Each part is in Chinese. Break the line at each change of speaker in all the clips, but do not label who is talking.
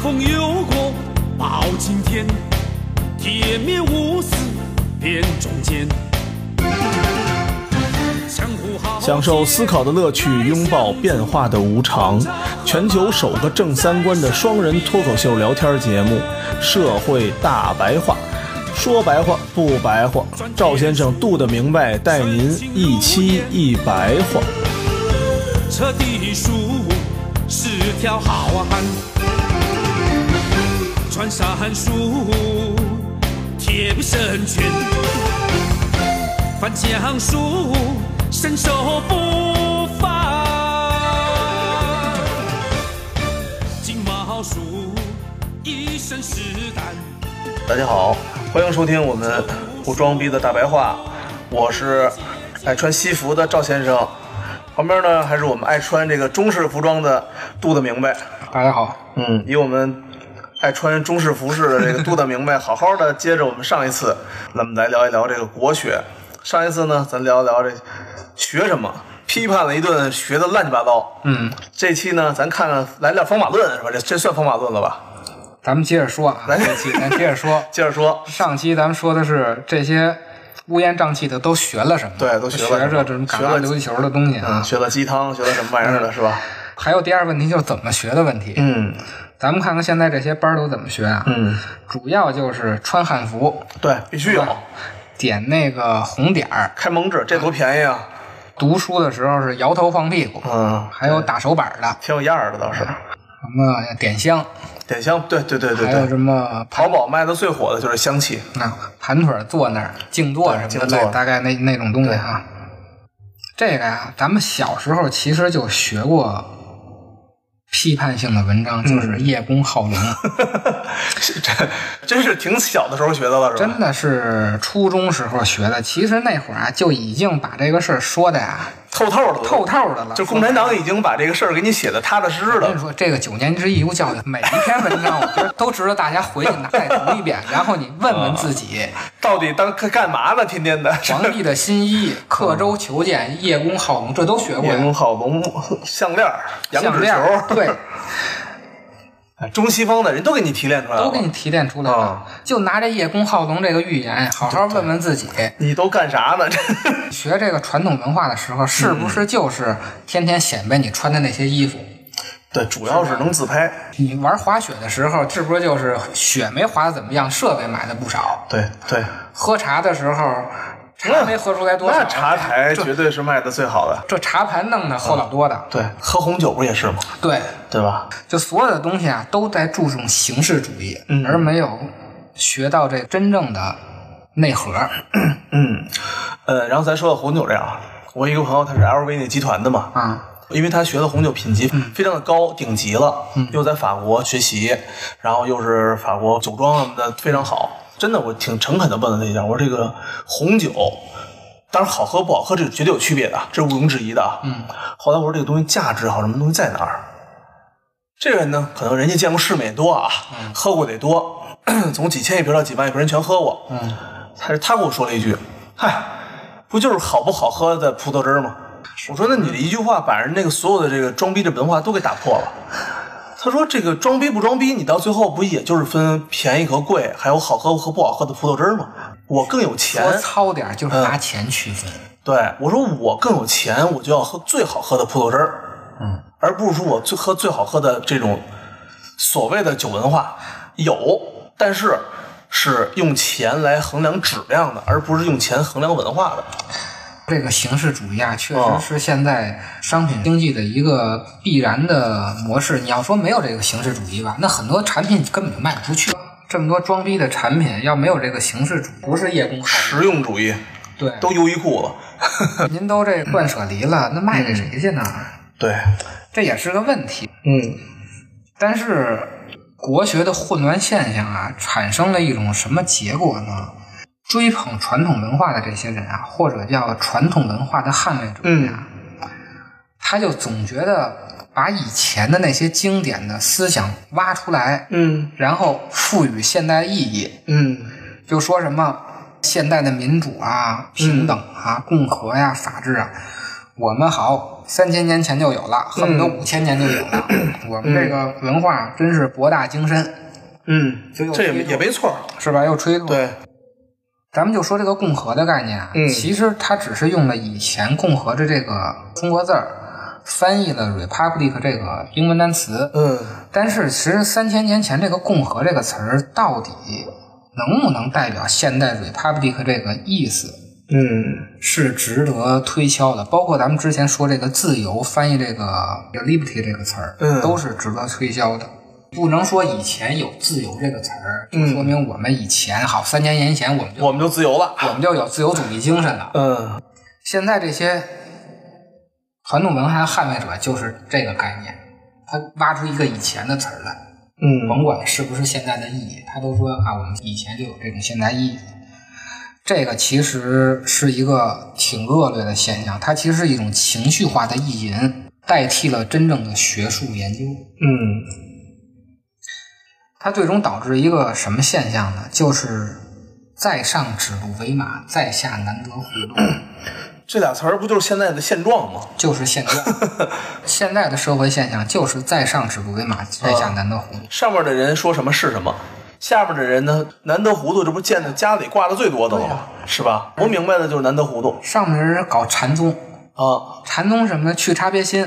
空有过包青天，铁面无私辨忠奸。相互好好
享受思考的乐趣，拥抱变化的无常。全球首个正三观的双人脱口秀聊天节目《社会大白话》，说白话不白话，赵先生度的明白，带您一期一白话。
彻底输，是条好汉。穿山术，铁臂神拳，翻江术，身手不凡。金毛术，一身是胆。
大家好，欢迎收听我们不装逼的大白话，我是爱穿西服的赵先生，旁边呢还是我们爱穿这个中式服装的杜的明白。
大家好，
嗯，以我们爱穿中式服饰的这个杜大明白，好好的接着我们上一次，咱们来聊一聊这个国学。上一次呢，咱聊一聊这学什么，批判了一顿学的乱七八糟。嗯，这期呢，咱看看来点方法论是吧？这这算方法论了吧？
咱们接着说啊，
来
这期咱接着说
。接着说，
上期咱们说的是这些乌烟瘴气的都学了什么？
对都学
学
了什么
这种
学
嘎
了
巴流气球的东西
嗯，
啊。
学了鸡汤，学了什么玩意儿的是吧？
还有第二问题就是怎么学的问题。
嗯
咱们看看现在这些班儿都怎么学啊？
嗯，
主要就是穿汉服，
对，必须有
嗯点那个红点儿，
开蒙制，这多便宜啊！
读书的时候是摇头晃屁股，
嗯，
还有打手板儿的，
挺有样儿的倒是。
什么点香，
点香，对对对对
还有
对，
什么
淘宝卖的最火的就是香气。
啊，盘腿儿坐那儿静坐
对
什么的，
静坐
类大概那那种东西啊。这个呀、咱们小时候其实就学过批判性的文章，就是
嗯
叶公好 龙，
这真是挺小的时候学的了，是吧？
真的是初中时候学的。其实那会儿啊，就已经把这个事儿说的呀、
透透的，
透透的了。
就共产党已经把这个事儿给你写的踏踏实实
我跟你
的。
说，这个九年制义务教育每一篇文章，我觉得都值得大家回去拿来读一遍，然后你问问 自己，
到底当干干嘛呢？天 天的。
皇帝的新衣、刻舟求剑、叶公好龙，这都学过
叶
呀。
公好龙项链儿、羊
项
脂
链儿
球，啊
对，
中西方的人都给你提炼出来了，
都给你提炼出来
啊
了。就拿这叶公好龙这个寓言，好好问问自己，
你都干啥呢？这
学这个传统文化的时候，是不是就是天天显摆你穿的那些衣服？
对，主要是能自拍。
你玩滑雪的时候，是不是就是雪没滑的怎么样，设备买的不少？
对对，
喝茶的时候，茶没喝出来多少？
那茶台绝对是卖的最好的。
这茶盘弄的厚老多的。
对，喝红酒不也是吗？
对，
对吧？
就所有的东西啊，都在注重形式主义，
嗯
而没有学到这真正的内核。
嗯，呃，然后咱说到红酒这样啊，我一个朋友他是 LV 那集团的嘛，
啊，
因为他学的红酒品级非常的高，顶级了，又在法国学习，然后又是法国酒庄什么的非常好。真的，我挺诚恳的问了他一下，我说这个红酒，当然好喝不好喝，这是绝对有区别的，这是毋庸置疑的。嗯，后来我说这个东西价值好，什么东西在哪儿？这个人呢，可能人家见过世面也多啊，喝过得也多，从几千一瓶到几万一瓶人全喝过。嗯，他他跟我说了一句：“嗨，不就是好不好喝的葡萄汁儿吗？”我说：“那你的一句话把人那个所有的这个装逼的文化都给打破了。”他说：“这个装逼不装逼，你到最后不也就是分便宜和贵，还有好喝和不好喝的葡萄汁儿吗？我更有钱，嗯
说糙点儿就是拿钱区分。
对，我说我更有钱，我就要喝最好喝的葡萄汁儿，嗯，而不是说我最喝最好喝的这种所谓的酒文化有，但是是用钱来衡量质量的，而不是用钱衡量文化的。
这个形式主义啊，确
哦
实是现在商品经济的一个必然的模式。你要说没有这个形式主义吧，那很多产品根本就卖不出去。这么多装逼的产品，要没有这个形式主义，不是叶公好
实用主义
对，
都优衣库了，
您都这断舍离了，那卖给谁去呢？
对，
这也是个问题。
嗯，
但是国学的混乱现象啊，产生了一种什么结果呢？追捧传统文化的这些人啊，或者叫传统文化的捍卫者，
嗯，
他就总觉得把以前的那些经典的思想挖出来，
嗯，
然后赋予现代意义，
嗯，
就说什么现代的民主啊、平等啊、共和呀、法治啊，我们好，三千年前就有了，
嗯
恨不得五千年就有 了。我们这个文化真是博大精深，
嗯，
就又
这
推
也
动
也没错儿，
是吧？又吹动。
对，
咱们就说这个共和的概念啊，
嗯
其实它只是用了以前共和的这个中国字儿，翻译了 republic 这个英文单词。
嗯，
但是，其实三千年前这个“共和”这个词儿到底能不能代表现代 “republic” 这个意思，
嗯，
是值得推敲的。包括咱们之前说这个“自由”翻译这个 “liberty” 这个词儿，
嗯
都是值得推敲的。不能说以前有“自由”这个词儿，就说明我们以前好三千年前我们就
我们就自由了，
我们就有自由主义精神了。
嗯，
现在这些传统文化的捍卫者就是这个概念，他挖出一个以前的词儿来。
嗯，
甭管是不是现在的意义，他都说啊，我们以前就有这种现代意义。这个其实是一个挺恶劣的现象，它其实是一种情绪化的意淫，代替了真正的学术研究。
嗯，
它最终导致一个什么现象呢？就是在上指鹿为马，在下难得糊涂，
这俩词儿不就是现在的现状吗？
就是现 在现在的社会现象，就是在上指鹿为马，在
啊
下难得糊涂。
上面的人说什么是什么，下面的人呢，难得糊涂，这不见的家里挂的最多的了吗？是吧？我明白的就是难得糊涂
上面人搞禅宗，
啊，
禅宗什么的去差别心，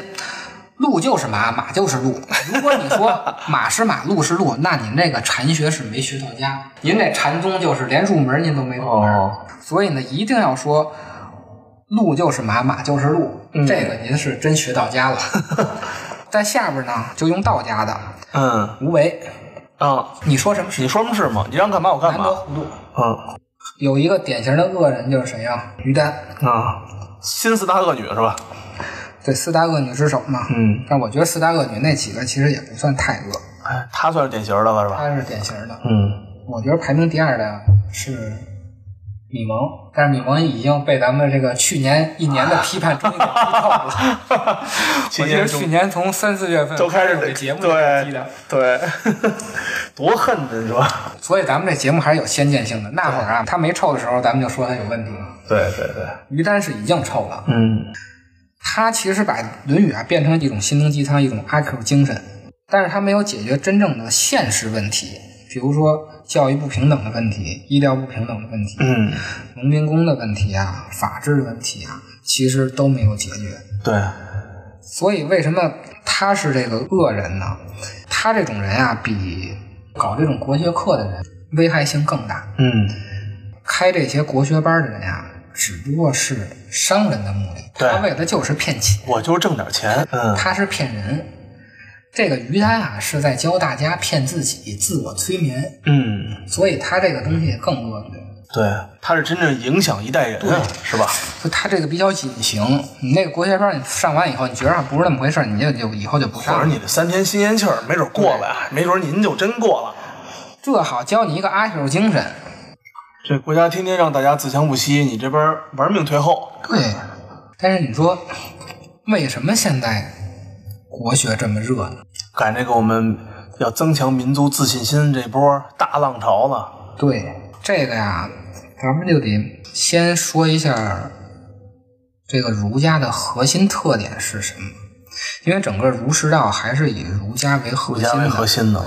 路就是马，马就是路。如果你 说马是马，路是路，那您这个禅学是没学到家，您这禅宗就是连入门您都没入门。
哦
所以呢，一定要说路就是马，马就是路，
嗯
这个您是真学 到家了。在下边呢，就用道家的
嗯
无为，
啊，
你说什么是
你说什么是吗？你让干嘛我干
难得
嘛，
糊涂。
嗯
有一个典型的恶人就是谁呀、于丹，
啊，新四大恶女是吧？
对，四大恶女之首嘛。
嗯，
但我觉得四大恶女那几个其实也不算太恶，
哎，她算是典型的了是吧？
她是典型的。
啊 嗯
我觉得排名第二的是米蒙，但是米蒙已经被咱们这个去年一年的批判终于给批透了。
去
我记得
年
去年从三四月份
都开始
这节目就批
对
的，
对， 多恨呢你说？
所以咱们这节目还是有先见性的。那会儿啊，他没臭的时候，咱们就说他有问题。
对对对，
于丹是已经臭了，
嗯
他其实把《论语啊》变成一种心灵鸡汤，一种阿 Q 精神，但是他没有解决真正的现实问题，比如说教育不平等的问题、医疗不平等的问题，
嗯，
农民工的问题啊、法治的问题啊，其实都没有解决。
对，
所以为什么他是这个恶人呢？他这种人啊，比搞这种国学课的人危害性更大。
嗯
开这些国学班的人啊，只不过是商人的目的，
对
他为的就是骗钱，
我就是挣点钱，嗯
他是骗人。这个于丹啊，是在教大家骗自己、自我催眠，
嗯，
所以他这个东西更恶劣。
对，她是真正影响一代人啊，是吧？
就他这个比较隐形，你那个国学班你上完以后，你觉得不是那么回事儿，你就就以后就不
或
上
者
了。
你这三天新鲜气儿，没准过来，没准您就真过了。
这好教你一个阿 Q 精神，
这国家天天让大家自强不息，你这边玩命退后，
对，啊但是你说为什么现在国学这么热呢？
赶这个我们要增强民族自信心这波大浪潮了。
对，这个呀，咱们就得先说一下这个儒家的核心特点是什么，因为整个儒释道还是以儒家为核
儒
心
家为
的。
核心的，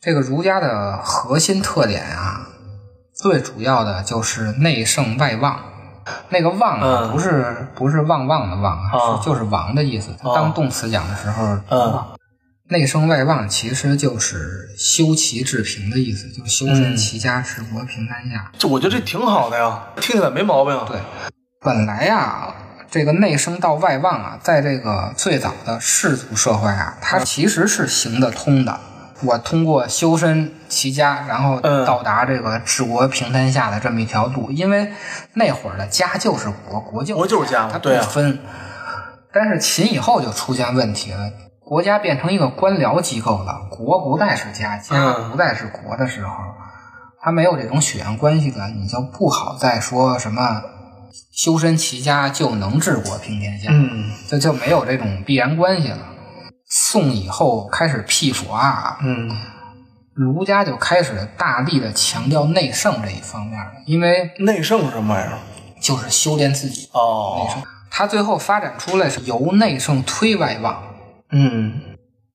这个儒家的核心特点啊，最主要的就是内圣外望。那个望啊，
嗯
不是不是旺旺的旺啊，
啊
是就是王的意思。它当动词讲的时候，
嗯
内圣外望其实就是修齐治平的意思，就是修
嗯
身齐家治国平天下。
这我觉得这挺好的呀，听起来没毛病啊。
对，本来呀、这个内圣到外望啊，在这个最早的氏族社会啊，它其实是行得通的。我通过修身齐家，然后
嗯
到达这个治国平天下的这么一条路，因为那会儿的家就是国，国就
国就是家嘛
它不
对啊
分。但是秦以后就出现问题了，国家变成一个官僚机构了，国不再是家，家
嗯
不再是国的时候，它没有这种血缘关系了，你就不好再说什么修身齐家就能治国平天下，
嗯
这就没有这种必然关系了。宋以后开始辟佛啊，
嗯
儒家就开始大力的强调内圣这一方面了，因为
内圣是什么玩意儿？
就是修炼自己。
哦，
它最后发展出来是由内圣推外望，
嗯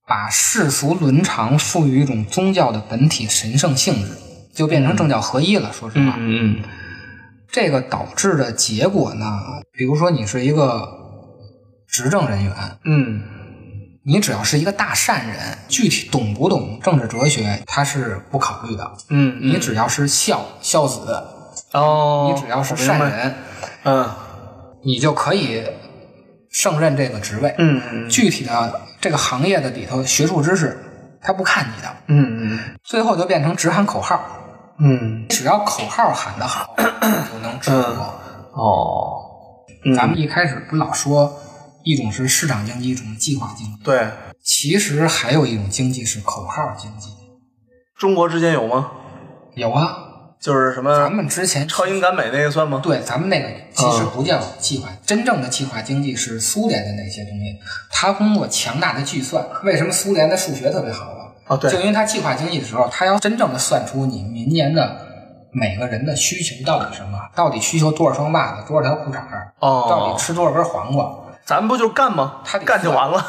把世俗伦常赋予一种宗教的本体神圣性质，就变成政教合一了。说实话，
嗯嗯
这个导致的结果呢，比如说你是一个执政人员，
嗯
你只要是一个大善人，具体懂不懂政治哲学，他是不考虑的。
嗯，
你只要是孝孝子，
哦，
你只要是善
我明白，
人，
嗯
你就可以胜任这个职位。
嗯嗯
具体的这个行业的里头学术知识，他不看你的，
嗯
最后就变成只喊口号。
嗯，
只要口号喊得好，就能治国。
哦，
咱们一开始不老说一种是市场经济，一种是计划经济，
对，
其实还有一种经济是口号经济。
中国之间有吗？
有啊，
就是什么
咱们之前
超英赶美那个算吗？
对，咱们那个其
嗯
实不叫计划，真正的计划经济是苏联的那些东西，它通过强大的计算。为什么苏联的数学特别好啊？
哦，对
就，因为它计划经济的时候，它要真正的算出你明年的每个人的需求到底什么，到底需求多少双袜子，多少条裤衩儿，
哦
到底吃多少根黄瓜。
咱们不就干吗？
他得
干就完了。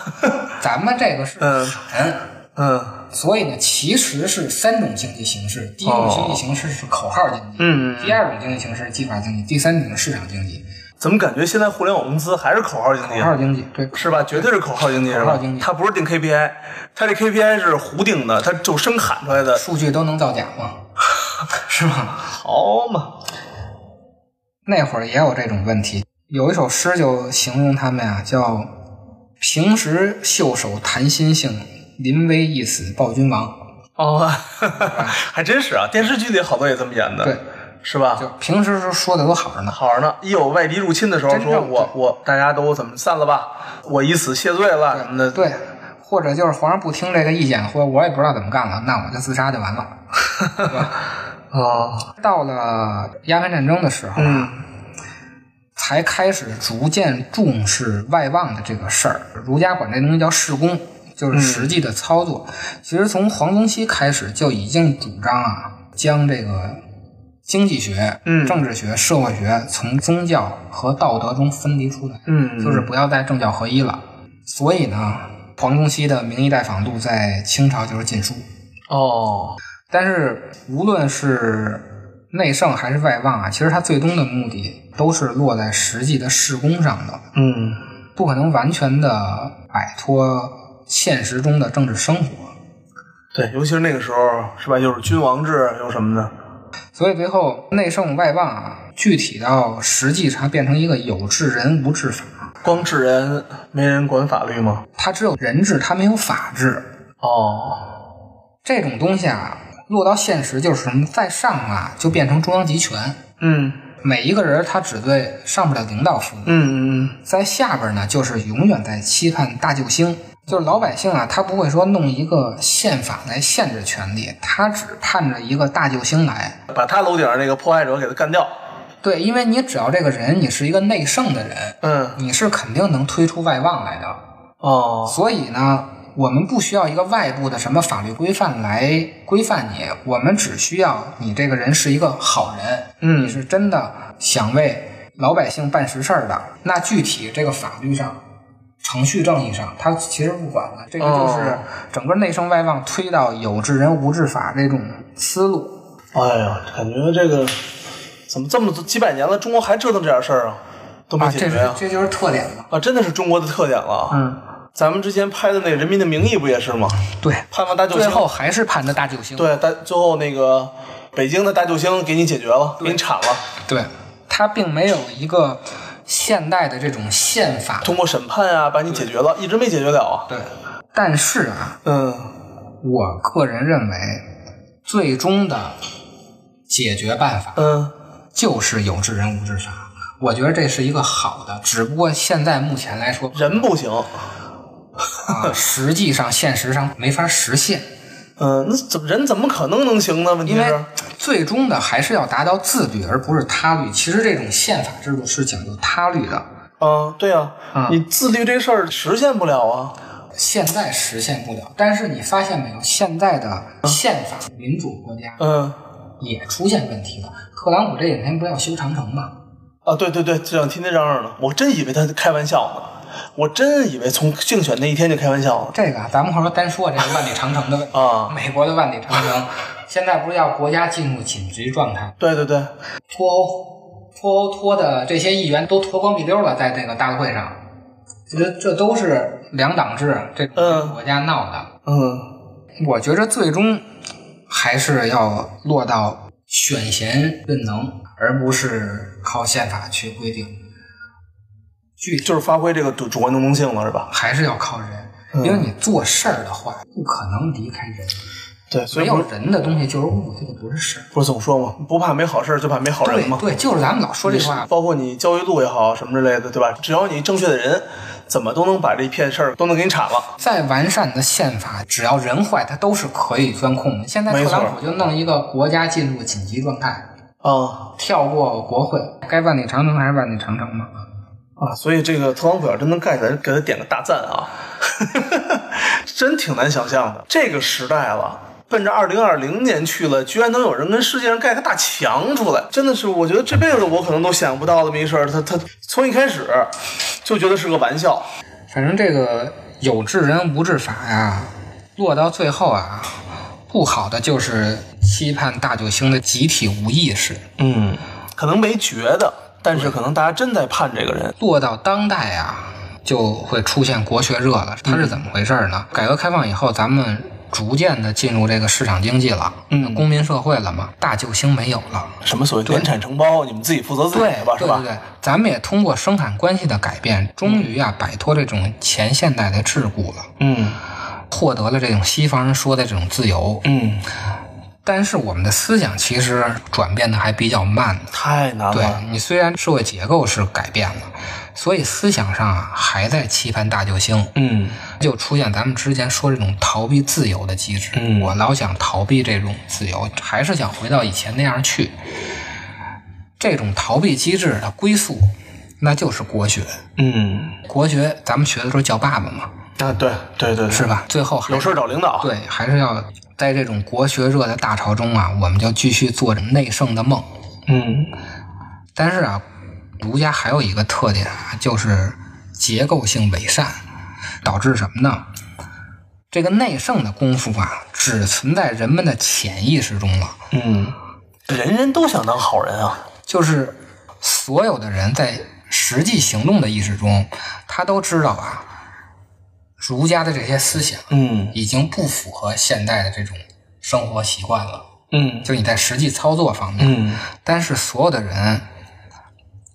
咱们这个是
嗯
产，
嗯
所以呢，其实是三种经济形式。第一种经济形式是口号经济，
嗯
第二种经济形式是计划经济，第三种是市场经济。
怎么感觉现在互联网公司还是口号经
口
济？
号经济对，
是吧？绝对是口号经济，是
口号
吧
经？济
它不是定 KPI，它这 KPI 是胡定的，它就生喊出来的。
数据都能造假吗？ 是吧？
好嘛，
那会儿也有这种问题。有一首诗就形容他们呀、啊叫“平时袖手谈心性，临危一死报君王
哦， 还真是啊！电视剧里好多也这么演”。的，
嗯对，
是吧？
就平时时候说的都好着呢，
好着呢，一有外敌入侵的时候，
真正
说我我大家都怎么散了吧，我以死谢罪了什么的。
对，或者就是皇上不听这个意见，或者我也不知道怎么干了，那我就自杀就完了。对吧
啊，
到了鸦片战争的时候啊，
嗯
才开始逐渐重视外望的这个事儿。儒家管这东西叫事功，
嗯
就是实际的操作。其实从黄宗羲开始就已经主张啊，将这个经济学、
嗯
政治学、社会学从宗教和道德中分离出来，
嗯，
就是不要再政教合一了。所以呢，黄宗羲的《名医待访录》在清朝就是禁书。
哦，
但是无论是内圣还是外望啊，其实它最终的目的都是落在实际的事工上的，
嗯
不可能完全的摆脱现实中的政治生活。
对，尤其是那个时候是吧，又是君王制又什么的，
所以最后内圣外望啊，具体到实际上变成一个有治人无治法，
光治人没人管法律吗？
它只有人治，它没有法治。
哦，
这种东西啊，落到现实就是什么，再上啊就变成中央集权，
嗯
每一个人他只对上不了领导负责。
嗯嗯
在下边呢，就是永远在期盼大救星。就是老百姓啊，他不会说弄一个宪法来限制权利，他只盼着一个大救星来。
嗯，把他楼顶上那个迫害者给他干掉。
对，因为你只要这个人你是一个内圣的人，
嗯
你是肯定能推出外望来的。
哦，
所以呢，我们不需要一个外部的什么法律规范来规范你，我们只需要你这个人是一个好人，你
嗯
是真的想为老百姓办实事儿的，那具体这个法律上、程序正义上，他其实不管的。这个就是
哦
整个内圣外望推到有治人无治法这种思路。
哎呀，感觉这个怎么这么多几百年了，中国还折腾这点事儿啊，都没
啊，
解
这
决
是
啊！
这就是特点嘛。
啊，真的是中国的特点了。啊
嗯，
咱们之前拍的那个《人民的名义》不也是吗？
对，
盼望大救
最
星，
后还是盼着大救星。
对，大最后那个北京的大救星给你解决了，给你铲了，
对，他并没有一个现代的这种宪法。
通过审判啊把你解决了，一直没解决了啊。
对，但是啊，
嗯
我个人认为，最终的解决办法
嗯
就是有治人无治法。我觉得这是一个好的，只不过现在目前来说，
人不行，
啊，实际上现实上没法实现，
嗯，那怎么人怎么可能能行呢？问题
因为
是，
最终的还是要达到自律，而不是他律。其实这种宪法制度是讲究他律的，
啊，对啊，
嗯
你自律这事儿实现不了啊。
现在实现不了。但是你发现没有，现在的宪法民主国家
嗯
也出现问题了。特朗普这两天不是要修长城吗？
啊，对对对，这两天天嚷嚷的，我真以为他开玩笑呢，我真以为从竞选那一天就开玩笑了。
这个啊咱们回头单说这个万里长城的问题
啊
美国的万里长 城，现在不是要国家进入紧急状态，
对对对，
脱欧，脱欧脱的这些议员都脱光屁溜了，在这个大会上，其实这都是两党制这种
嗯
国家闹的。
嗯，
我觉着最终还是要落到选贤任能，而不是靠宪法去规定，具体
就是发挥这个主主观能动性了，是吧？
还是要靠人。
嗯
因为你做事儿的话，不可能离开人，
对，所
没
以不是
有人的东西就是物，这个不是事儿。
不是总说吗？不怕没好事儿，就怕没好人
对
吗？嗯
对，就是咱们老说这话，
包括你教育路也好，什么之类的，对吧？只要你正确的人，怎么都能把这片事儿都能给你铲了。
再完善的宪法，只要人坏，它都是可以钻空的。现在
没
特
错
朗普就弄一个国家进入紧急状态，
啊
跳过国会，该万里长城还是万里长城嘛。
啊！所以这个特朗普要真能干，咱给他点个大赞啊！ 真挺难想象的，这个时代了。奔着二零二零年去了，居然能有人跟世界上盖个大墙出来，真的是我觉得这辈子我可能都想不到这么一事儿。他他从一开始就觉得是个玩笑，
反正这个有治人无治法呀，落到最后啊，不好的就是期盼大救星的集体无意识，
嗯，可能没觉得，但是可能大家真在盼这个人，
落到当代啊，就会出现国学热了。它是怎么回事呢？
嗯
改革开放以后，咱们逐渐的进入这个市场经济了，
嗯
公民社会了嘛，大救星没有了。
什么所谓联产承包，你们自己负责自己
对
的吧，是
对
吧嗯
对？对，咱们也通过生产关系的改变，终于啊摆脱这种前现代的桎梏了，
嗯
获得了这种西方人说的这种自由。
嗯，
但是我们的思想其实转变的还比较慢的。
太难
对
了。
啊你虽然社会结构是改变了，所以思想上啊还在期盼大救星，
嗯
就出现咱们之前说这种逃避自由的机制。
嗯
我老想逃避这种自由，还是想回到以前那样去。这种逃避机制的归宿，那就是国学。
嗯，
国学咱们学的时候叫爸爸嘛，
啊，对对对，
是？吧？最后还
有事儿找领导。
对，还是要在这种国学热的大潮中啊，我们就继续做着内圣的梦。
嗯
但是啊，儒家还有一个特点啊，就是结构性伪善，导致什么呢？这个内圣的功夫啊，只存在人们的潜意识中了，
嗯，人人都想当好人啊。
就是所有的人在实际行动的意识中，他都知道啊，儒家的这些思想
嗯
已经不符合现代的这种生活习惯了。
嗯
就你在实际操作方面，
嗯
但是所有的人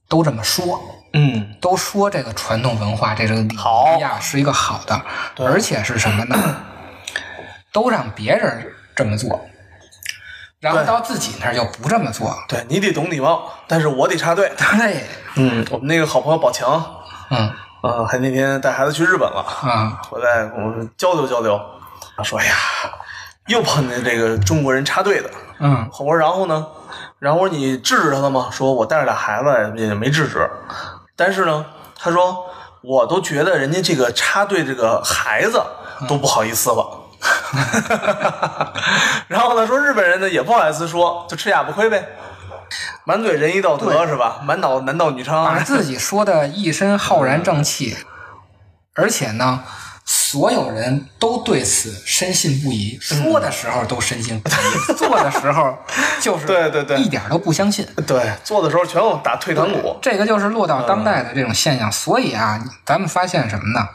都这么说，
嗯
都说这个传统文化这个礼
好
仪呀是一个好的，
对
而且是什么 呢？都让别人这么做，然后
对
到自己那儿就不这么做。
对你得懂礼貌，但是我得插队。
对，
嗯，我们那个好朋友宝强，
嗯
嗯，还那天带孩子去日本了，
啊，
回来我们交流交流。他说：“哎呀，又碰见这个中国人插队的。”
嗯
我说然后呢？然后我说你制止他了吗？说我带着俩孩子也没制止，但是呢，他说我都觉得人家这个插队这个孩子都不好意思了。 然后呢，说日本人呢也不好意思说，就吃哑巴亏呗，满嘴仁义道德是吧？满脑男盗女
把
娼，
自己说的一身浩然正气，而且呢。所有人都对此深信不疑，
嗯
说的时候都深信 不疑，做的时候就是
对对对
一点儿都不相信。
对，做的时候全往打退堂鼓，
这个就是落到当代的这种现
嗯
象。所以啊，咱们发现什么呢？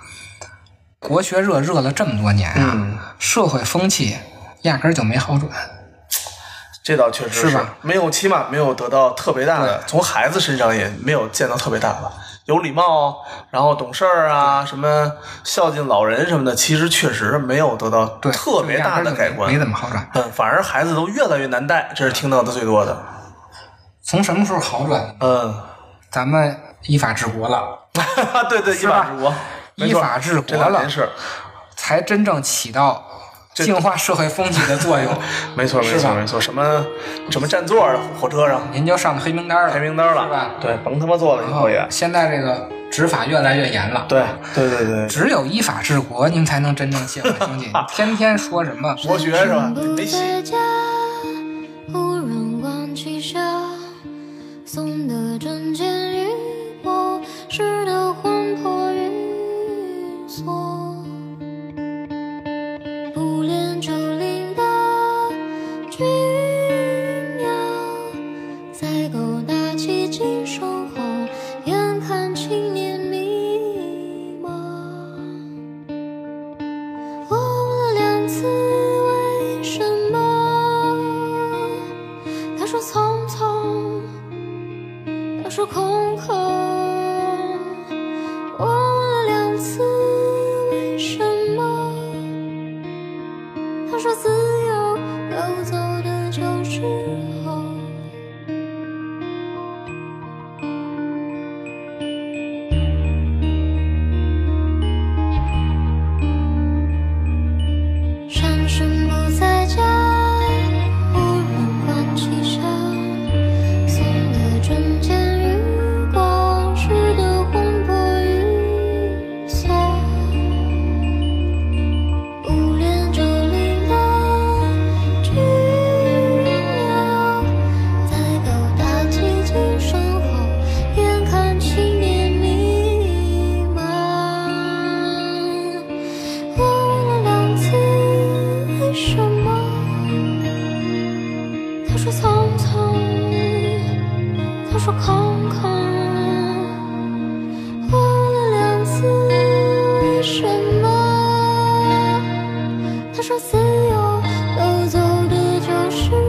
国学热热了这么多年啊，
嗯
社会风气压根儿就没好转。
这倒确实
是吧？
没有，起码没有得到特别大的，从孩子身上也没有见到特别大的有礼貌，然后懂事儿啊，什么孝敬老人什么的，其实确实没有得到
对，
特别大的改
就压根儿就没没
观。
怎么好转。
嗯，反而孩子都越来越难带，这是听到的最多的。
从什么时候好转？
嗯，
咱们依法治国了，
对对，依法治国，没
依
错
法治
这
国
两
了
件，事，
才真正起到净化社会风气的作用。
没错没
是
错
吧
没错，什么什么占座儿啊，火车上
您就上黑名单了，
开名单
是
了
吧，？
对，甭他妈坐了，以
然
后
后
也
现在这个执法越来越严了，
对对对对，
只有依法治国，您才能真正宪 法经济。天天说什么
国学是吧？没戏。
的家，无人管其下，送的针尖自由，游走的就是后。山神不在家，无人管气象。送的瞬间，与光湿的魂魄与散。无恋这里的巨鸟，在勾搭寂静身后，眼看青年迷茫。我问了两次为什么，他说匆匆，他说空空。我问了两次为什呃么，他说自由游走的就是